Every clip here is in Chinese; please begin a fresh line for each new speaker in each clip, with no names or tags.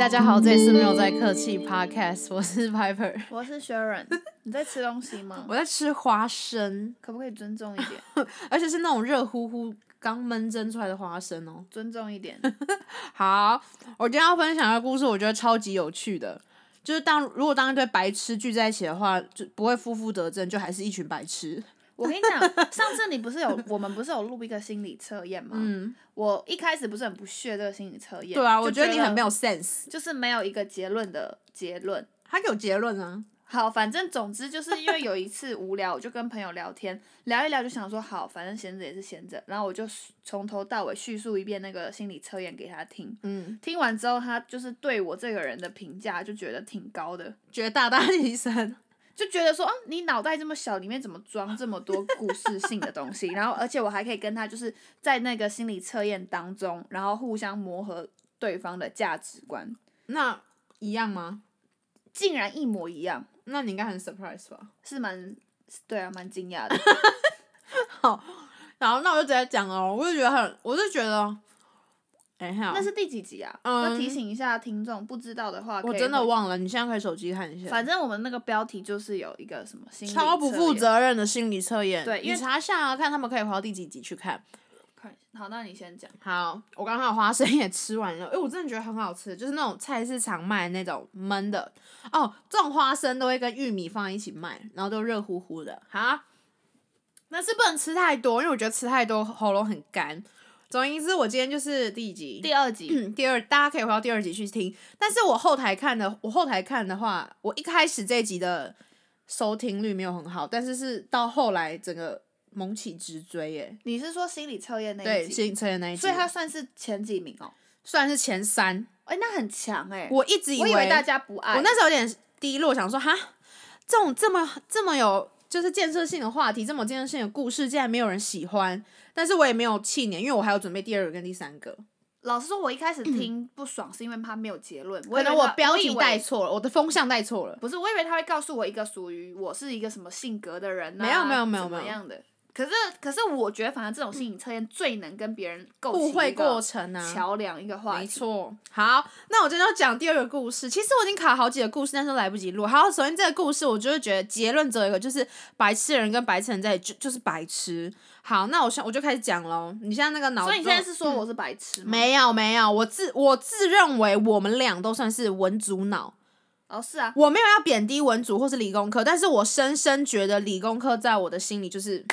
大家好，这里是没有在客气 Podcast，我是 Piper，
我 是 Sharon，你在吃东西吗？
我在吃花生，
可不可以尊重一点？
而且是那种热乎乎刚焖蒸出来的花生哦。
尊重一点。
好，我今天要分享的故事，我觉得超级有趣的，就是当如果当一堆白痴聚在一起的话，就不会夫妇得正，就还是一群白痴。
我跟你 讲，上次你不是有我们不是有录一个心理测验吗？
嗯，
我一开始不是很不屑这个心理测验，
对啊，我
就
觉
觉
得你很没有，sense。
就是没有一个结论的结论。
他有结论啊，
好，反正总之就是因为有一次无聊，我就跟朋友聊天，聊一聊就想说好，反正闲着也是闲着，然后我就从头到尾叙述一遍那个心理测验给他听。
嗯，
听完之后，他就是对我这个人的评价就觉得挺高的，
觉得大大提升。
就觉得说，啊，你脑袋这么小，里面怎么装这么多故事性的东西？然 后，而且我还可以跟他就是在那个心理测验当中，然后互相磨合对方的价值观，
那一样吗？
竟然一模一样，
那你应该很 surprise 吧？
是蛮对啊，蛮惊讶的。
然后那我就直接讲哦，我就觉得很，我就觉得，哎、呀，
那是第几集啊？
嗯
要提醒一下听众，不知道的话，
我真的。忘了，你现在可以手机看一下。
反正我们那个标题就是有一个什么心理
超不
测
负
验。
责任的心理测验，
对因
你
为
查下啊，看他们可以滑到第几集去看。
看好，那你先讲。
好，我刚刚花生也吃完了，哎、我真的觉得很好吃，就是那种菜市场卖的那种焖的哦，这种花生都会跟玉米放在一起卖，然后都热乎乎的。好，但是不能吃太多，因为我觉得吃太多喉咙很干。总而言之，我今天就是第几集？
第二集，
嗯第二，大家可以回到第二集去听。但是我后台看的，我后台看的话，我一开始这一集的收听率没有很好，但是是到后来整个猛起直追耶。
你是说心理测验那
对，
一集？
新车的那一集，
所以它算是前几名哦。
算是前三。
哎、那很强哎、
我一直以
我
为
以为大，家不爱。
我那时候有点低落，想说哈，这种这么这么有就是建设性的话题，这么有建设性的故事，竟然没有人喜欢。但是我也没有气馁，因为我还有准备第二个跟第三个。
老实说，我一开始听不爽是因为它没有结论，
嗯
我
可
以为
能
它
我标题带
以为
错了，我的风向带错了。
不是，我以为他会告诉我一个属于我是一个什么性格的人、啊，
没有没有没有
怎么
没有
样的。可是可是，我觉得反正这种心理测验最能跟别人构
误
起
会
一个
过程啊，
桥梁一个话
没
题。
错，好，那我今天要讲第二个故事。其实我已经卡好几个故事，但是都来不及录。好，首先这个故事，我就是觉得结论只有一个，就是白痴人跟白痴人在一起就就是白痴。好，那我现我就开始讲喽。你现在那个脑中，
所以你现在是说我是白痴吗？
嗯没有没有，我自我自认为我们俩都算是文主脑，
哦，是啊，
我没有要贬低文组或是理工科，但是我深深觉得理工科在我的心里就是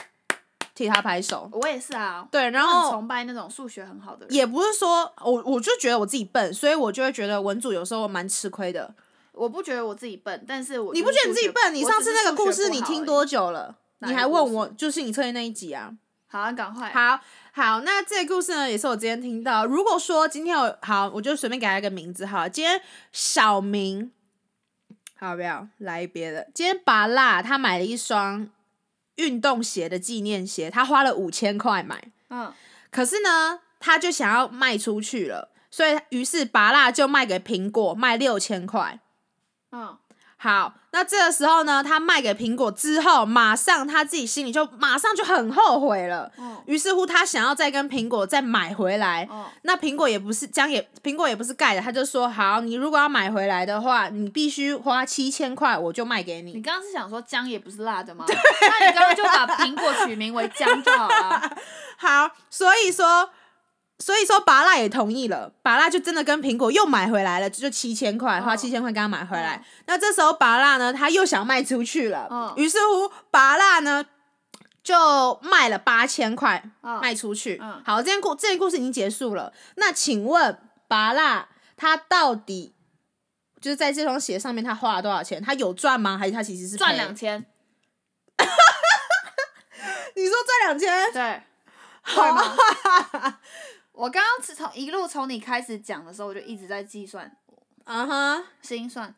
替他拍手。
我也是啊。
对，然
我
后
很崇拜那种数学很好的人。
也不是说我我就觉得我自己笨，所以我就会觉得文组有时候蛮吃亏的。
我不觉得我自己笨，但是我
你
就
不觉
是
得你自己
数学
笨？你
我
上
只
次
是
那
数
个
学
故事
不
你
好而
听
已？
多久了？
哪
你
一
还
个
问
故事
我，就是你测验那一集啊。
好啊，赶快。
好好，那这个故事呢，也是我今天听到。如果说今天有好，我就随便给他一个名字哈。今天小明，好不要来别的。今天拔蜡他买了一双运动鞋的纪念鞋，他花了五千块买。
嗯，
可是呢，他就想要卖出去了，所以于是拔蜡就卖给苹果，卖六千块。
嗯，
好，那这个时候呢，他卖给苹果之后，马上他自己心里就马上就很后悔了。
嗯，
于是乎，他想要再跟苹果再买回来。
嗯，
那苹果也不是将也苹果也不是盖的，他就说好，你如果要买回来的话，你必须花七千块，我就卖给
你
你。
刚刚是想说姜也不是辣的吗？ 那你刚刚就把苹果取名为姜就好了。
好，所以说，所以说，拔蜡也同意了，拔蜡就真的跟苹果又买回来了，就七千块，花
嗯
七千块跟他买回来。
嗯
那这时候拔蜡呢，他又想卖出去了，
嗯
于是乎，拔蜡呢就卖了八千块
嗯
卖出去。
嗯
好，这件故这件故事已经结束了。那请问拔蜡他到底？就是在这双鞋上面，他花了多少钱？他有赚吗？还是他其实是
赚
赔
两？千，
你说赚两千？
对，会吗？ 我刚刚是从一路从你开始讲的时候，我就一直在计算
嗯哼、
心算，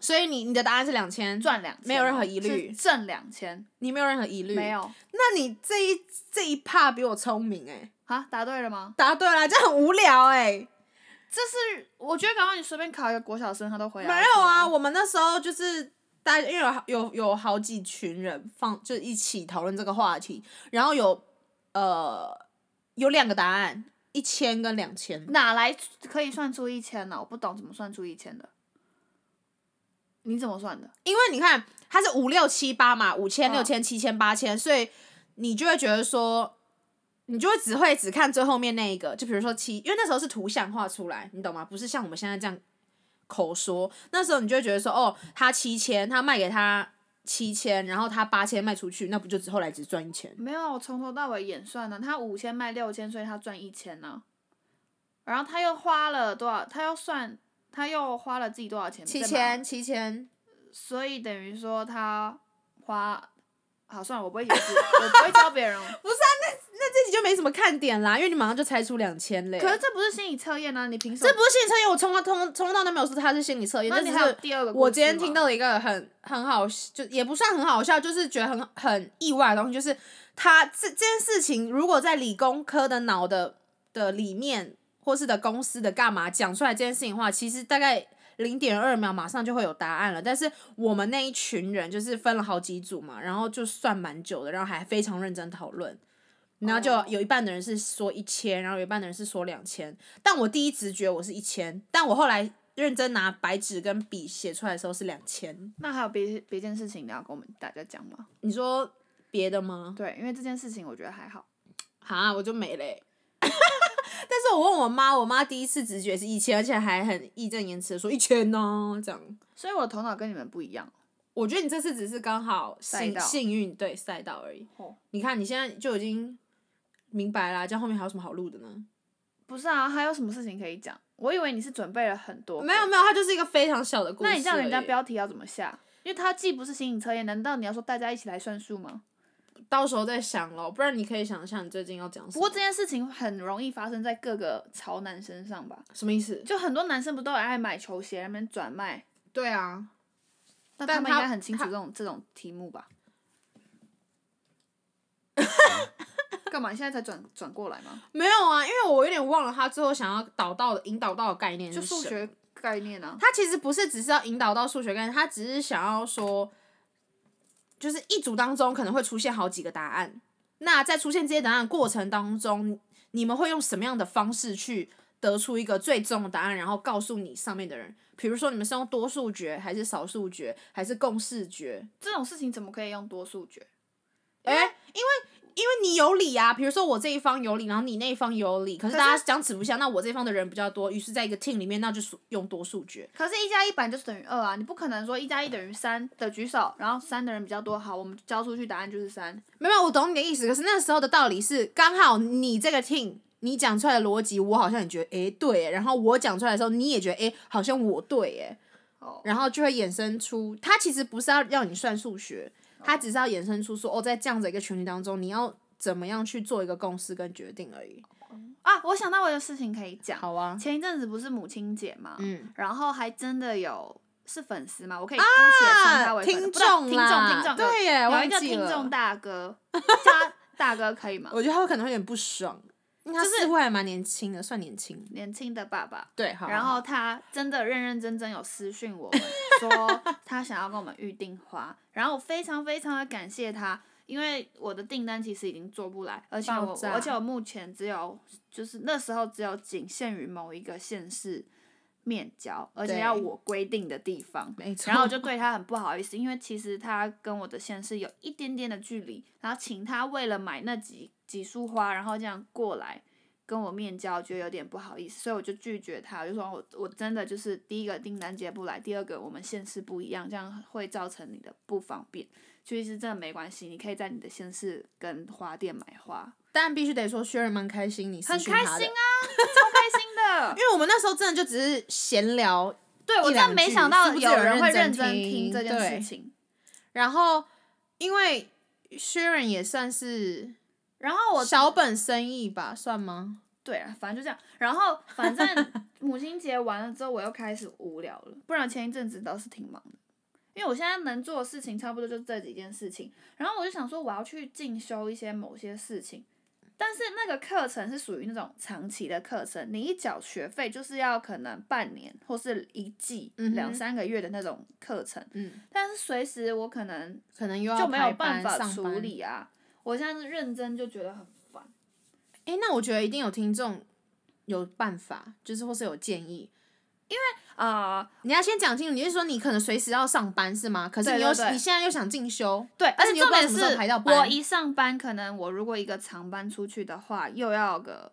所以你你的答案是两千，
赚两千
没有任何疑虑嗯
是挣两千，
你没有任何疑虑，
没。有
那你这一这一趴比我聪明哎、
啊？答对了吗？
答对了，这很无聊哎、
这是我觉得，刚刚你随便考一个国小生，他都回答
没有啊，，我们那时候就是大家因为有有有好几群人放就一起讨论这个话题，然后有呃有两个答案，一千跟两千，
哪来可以算出一千呢、我不懂怎么算出一千的。你怎么算的？
因为你看它是五六七八嘛，五千、
嗯
六千、七千、八千，所以你就会觉得说，你就会只会只看最后面那一个，就比如说七，因为那时候是图像画出来，你懂吗？不是像我们现在这样口说，那时候你就会觉得说，哦，他七千，他卖给他七千，然后他八千卖出去，那不就只后来只赚一千？
没有，我从头到尾演算呢、他五千卖六千，所以他赚一千呢。然后他又花了多少？他又算，他又花了自己多少钱？
七
再买
千，七千，
所以等于说他花，好算了，我不会解释，我不会教别人。哦
那自己就没什么看点啦，因为你马上就猜出两千嘞。
可是这不是心理测验啊，你凭什
这
么？
不是心理测验，我从来从从头到那没有说它是心理测验，
那
这
你
只
还有
是
第二个故事吗？
我今天听到了一个很很好，就也不算很好笑，就是觉得很很意外的东西，就是他这这件事情，如果在理工科的脑的的里面，或是的公司的干嘛讲出来这件事情的话，其实大概零点二秒马上就会有答案了。但是我们那一群人就是分了好几组嘛，然后就算蛮久的，然后还非常认真讨论。然后就
哦
有一半的人是说一千，然后有一半的人是说两千。但我第一直觉我是一千，但我后来认真拿白纸跟笔写出来的时候是两千。
那还有别别件事情你要跟我们大家讲吗？
你说别的吗？
对，因为这件事情我觉得还好。
哈，我就没欸嘞、 但是我问我妈，我妈第一次直觉是一千，而且还很义正言辞的说一千呢、这样。
所以我的头脑跟你们不一样。
我觉得你这次只是刚好
赛
幸
道
幸运对赛道而已。
哦，
你看你现在就已经明白啦，这样后面还有什么好录的呢？
不是啊，还有什么事情可以讲？我以为你是准备了很多。
没有。没有，它就是一个非常小的故事而
那
已。
你叫人家标题要怎么下？因为它既不是心理测验，难道你要说大家一起来算数吗？
到时候再想咯，不然你可以想一下你最近要讲什么。
不过这件事情很容易发生在各个潮男身上吧？
什么意思？
就很多男生不都很爱买球鞋，那边转卖？
对啊，
那
但
他们
他
应该很清楚
他
这种这种题目 吧？干嘛？你现在才转转过来吗？
没有啊，因为我有点忘了他最后想要导到的引导到的概念
就是
什
数
么。
学概念啊。
他其实不是只是要引导到数学概念，他只是想要说，就是一组当中可能会出现好几个答案。那在出现这些答案的过程当中，你你们会用什么样的方式去得出一个最终的答案，然后告诉你上面的人？比如说，你们是用多数决，还是少数决，还是共视觉？
这种事情怎么可以用多数决？
哎、因为因为你有理啊，比如说我这一方有理，然后你那一方有理，可是
可是
大家相持不下，那我这一方的人比较多，于是在一个 team 里面，那就数用多数决。
可是，一加一本来就是等于二啊！你不可能说一加一等于三的举手，然后三的人比较多，好，我们交出去答案就是三。
没有，我懂你的意思，可是那时候的道理是，刚好你这个 team。你讲出来的逻辑，我好像也觉得，诶对耶，然后我讲出来的时候，你也觉得，诶好像我对，耶，
哦，
然后就会衍生出，它其实不是要让你算数学，
哦
它只是要衍生出说，哦，在这样子一个群体当中，你要怎么样去做一个共识跟决定而已。
啊，我想到我有事情可以讲。
好啊，
前一阵子不是母亲节嘛，
嗯，啊
然后还真的有是粉丝嘛，我可以姑且称他为粉丝、
听
不对
众
听众
啦
听众
对耶
有
忘
一个
记
听
了
众 大哥，叫他大哥可以吗？
我觉得他可能会有点不爽，因为他似乎还蛮年轻的，算年轻。
年轻的爸爸，
对，好。
啊
啊
然后
好
他真的认认真真有私讯我们 说他想要跟我们预订花，然后我非常非常的感谢他，因为我的订单其实已经做不来，而且
爆
我
炸
而且我目前只有就是那时候只有仅限于某一个县市面交，而且
对
要我规定的地方。
没错。
然 后我就对他很不好意思，因为其实他跟我的县市有一点点的距离，然后请他为了买那几几束花，然后这样过来跟我面交，觉得有点不好意思，所以我就拒绝他，我就说我我真的就是第一个订单接不来，第二个我们县市不一样，这样会造成你的不方便。其实真的没关系，你可以在你的县市跟花店买花，
但必须得说，薛仁蛮开心，你私
很
讯
开
他的
心啊，超开心 的
因。为我们那时候真的就只是闲聊，
对，我
一
真
两
的没
句
想到
是不是有人
人会
认
认
真
真听
听
这
对
件事情。
然后因为薛仁也算是
然后我
小本生意吧，算吗？
对啊，反正就这样。然后反正母亲节完了之后，我又开始无聊了，不然前一阵子倒是挺忙的。因为我现在能做的事情差不多就这几件事情，然后我就想说我要去进修一些某些事情，但是那个课程是属于那种长期的课程，你一缴学费就是要可能半年或是一季、
嗯哼
两三个月的那种课程，
嗯，
但是随时我可能
可能又要
就没有
排
办
班
法
上
处
班。
理啊。我现在是认真就觉得很烦，
哎、那我觉得一定有听众有办法，就是或是有建议。
啊、
你要先讲清楚，你是说你可能随时要上班是吗？可是你又
对对对
你现在又想进修，
对，
但
而
是
且
你又
重
不知道
点
什么时候
是
排到班
我一上班，可能我如果一个长班出去的话，又要个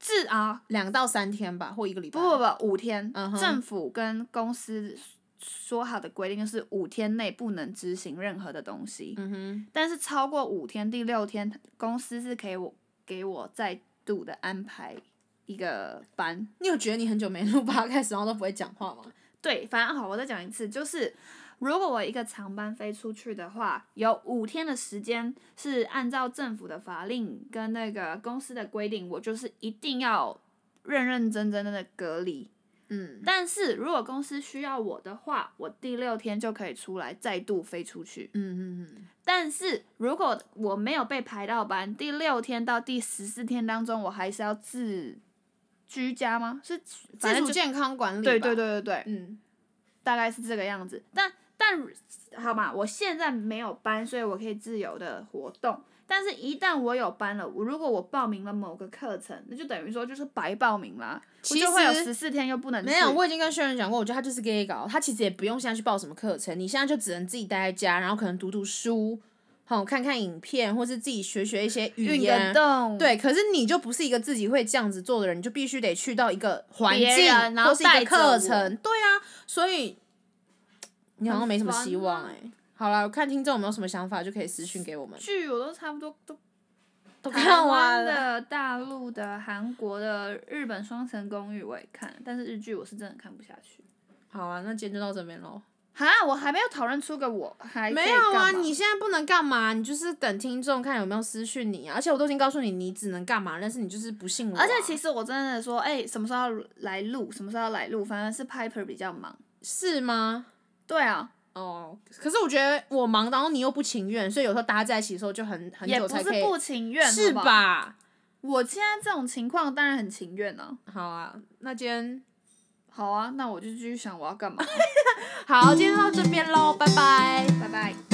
至啊
两到三天吧，或一个礼
不
拜。
不不五天、
嗯哼
政府跟公司说好的规定就是五天内不能执行任何的东西，
嗯哼，
但是超过五天第六天，公司是给我给我再度的安排一个班。
你有觉得你很久没录 podcast，然后都不会讲话吗？
对，反正好，我再讲一次，就是如果我一个长班飞出去的话，有五天的时间是按照政府的法令跟那个公司的规定，我就是一定要认认真真的隔离。
嗯，
但是如果公司需要我的话，我第六天就可以出来再度飞出去。
嗯嗯嗯，
但是如果我没有被排到班，第六天到第十四天当中，我还是要自居家吗？是反
自
正
主
就
健康管理。
对对，对对对，
嗯，
大概是这个样子。但但好吧，我现在没有班，所以我可以自由的活动。但是，一旦我有班了，我如果我报名了某个课程，那就等于说就是白报名啦。我
其实
就会有十四天又不能去
没有，我已经跟轩仁讲过，我觉得他就是 gay 搞，他其实也不用现在去报什么课程，你现在就只能自己待在家，然后可能读读书，好看看影片，或是自己学学一些语
运个
言。
动，
对，可是你就不是一个自己会这样子做的人，你就必须得去到一个环
别
境
人然后
或是一个
带着
课
我
程，对啊，所以你好像没什么
很烦
希望
啊
哎、好了，我看听众有没有什么想法，就可以私信给我们。
剧我都差不多都
都
台
看完
湾
了，
的、大陆的、韩国的、日本《双层公寓》我也看，但是日剧我是真的看不下去。
好啊，那今天就到这边喽。
哈，我还没有讨论出个我还可以
没有啊，
干嘛
你现在不能干嘛？你就是等听众看有没有私讯你啊。而且我都已经告诉你，你只能干嘛，但是你就是不信我啊、
而且其
实
实我真的说，哎、什么时候要来录，什么时候要来录，反而是 Piper 比较忙。
是吗？
对啊，
哦，可是我觉得我忙，然后你又不情愿，所以有时候搭在一起的时候就很很
也
久
不
才
是
可以，
不情愿，
是
好不好？
吧？
我现在这种情况当然很情愿了、
好啊，那今天
好啊，那我就继续想我要干嘛。
好，今天就到这边喽，拜拜。
拜拜。